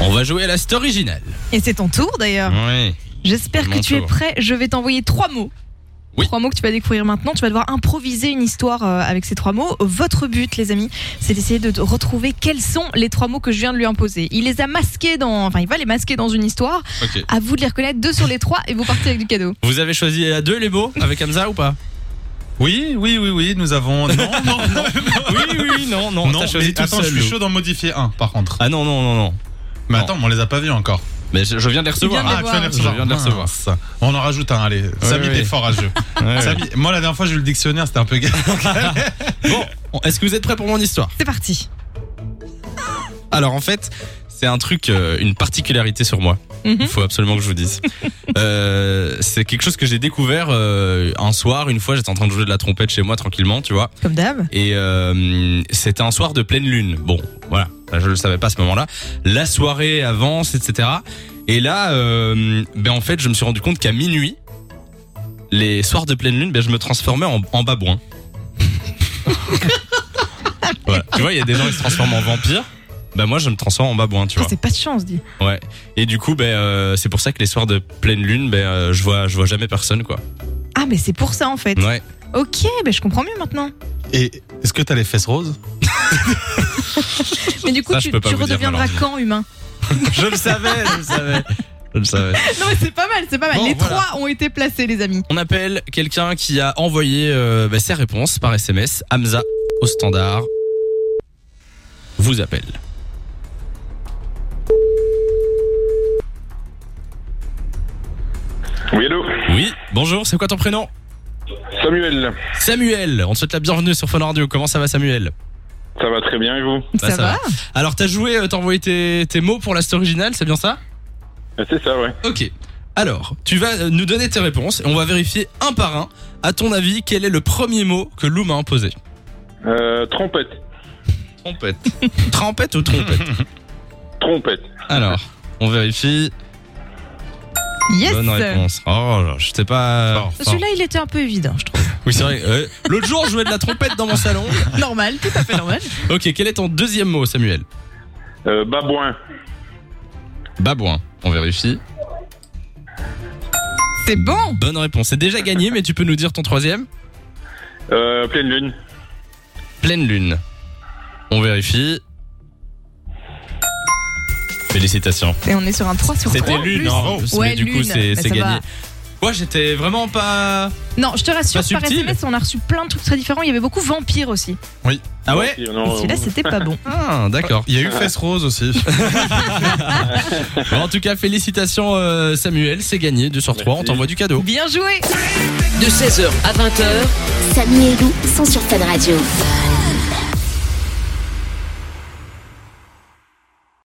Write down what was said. On va jouer à la story originale. Et c'est ton tour d'ailleurs. Oui. J'espère que Mon tu es tour. prêt. Je vais t'envoyer trois mots. Oui. Trois mots que tu vas découvrir maintenant. Tu vas devoir improviser une histoire euh, avec ces trois mots. Votre but, les amis, c'est d'essayer de t- retrouver quels sont les trois mots que je viens de lui imposer. Il les a masqués dans, enfin, il va les masquer dans une histoire. Ok. À vous de les reconnaître deux sur les trois et vous partez avec du cadeau. Vous avez choisi à deux les mots avec Hamza ou pas Oui, oui, oui, oui, nous avons. Non, non, non, Oui, oui, non, non. non. T'as choisi mais tout attends, seul, je Lou. suis chaud d'en modifier un, par contre. Ah non, non, non, non. Mais Non. attends, mais on les a pas vus encore. Mais je, je viens de les Il vient recevoir. de les Ah, voir. tu viens de les recevoir. Je viens de les recevoir. Mince. On en rajoute un, allez. Samy, oui. Ah, t'es fort à ce jeu. ouais, ouais. Samy, moi, la dernière fois, j'ai eu le dictionnaire, c'était un peu. Bon, est-ce que vous êtes prêts pour mon histoire C'est parti. Alors en fait, c'est un truc, euh, une particularité sur moi. Il Mhm. faut absolument que je vous dise. Euh, c'est quelque chose que j'ai découvert euh, un soir. Une fois, j'étais en train de jouer de la trompette chez moi tranquillement, tu vois. Comme d'hab. Et euh, c'était un soir de pleine lune. Bon, voilà, Là, je le savais pas à ce moment-là. La soirée avance, etc. Et là, euh, ben en fait, je me suis rendu compte qu'à minuit, les soirs de pleine lune, ben je me transformais en, en babouin. Voilà. Tu vois, il y a des gens qui se transforment en vampires. Ben moi, je me transforme en babouin, tu Ah, vois. C'est pas de chance, dis. Ouais. Et du coup, ben euh, c'est pour ça que les soirs de pleine lune, ben euh, je vois, je vois jamais personne, quoi. Ah, mais c'est pour ça en fait. Ouais. Ok, ben je comprends mieux maintenant. Et est-ce que t'as les fesses roses Mais du coup, Ça, je tu, peux pas tu vous dire, redeviendras quand humain Je le savais, je le savais, je le savais. Non, mais c'est pas mal, c'est pas mal. Bon, les voilà. trois ont été placés, les amis. On appelle quelqu'un qui a envoyé euh, bah, ses réponses par SMS. Hamza au standard vous appelle. Oui, allô Oui, bonjour, c'est quoi ton prénom Samuel, Samuel, on te souhaite la bienvenue sur Fun Radio. Comment ça va Samuel ça va très bien et vous Bah, ça va. Alors t'as joué, euh, t'as envoyé tes, tes mots pour la story originale, c'est bien ça Ah, C'est ça, ouais. Ok. Alors, tu vas euh, nous donner tes réponses et on va vérifier un par un. À ton avis, quel est le premier mot que Lou m'a imposé Euh, trompette, Trompette. Trompette ou trompette trompette. Alors, on vérifie. Yes Bonne réponse. Oh, là, je t'ai pas. Fort, fort. Celui-là, il était un peu évident, je trouve. Oui, c'est vrai. ouais. L'autre jour, je jouais de la trompette dans mon salon. normal, tout à fait normal. Ok, quel est ton deuxième mot, Samuel Euh, babouin, Babouin. On vérifie. C'est bon Bonne réponse. C'est déjà gagné, mais tu peux nous dire ton troisième euh, pleine lune, Pleine lune. On vérifie. Félicitations. Et on est sur un 3 sur 3. C'était lune, en plus, Ouais, mais du coup, lune. c'est Bah, c'est ça gagné. va. Moi, j'étais vraiment pas. Non, je te rassure, Pas par subtil. SMS, on a reçu plein de trucs très différents. Il y avait beaucoup vampires aussi. Ah ouais Et Et non, celui-là, c'était pas bon. Ah, d'accord. Il y a eu fesses roses aussi. Bon, en tout cas, félicitations, euh, Samuel. C'est gagné, 2 sur 3. On Merci. t'envoie du cadeau. Bien joué De 16h à 20h, Samy et Lou sont sur Fun Radio.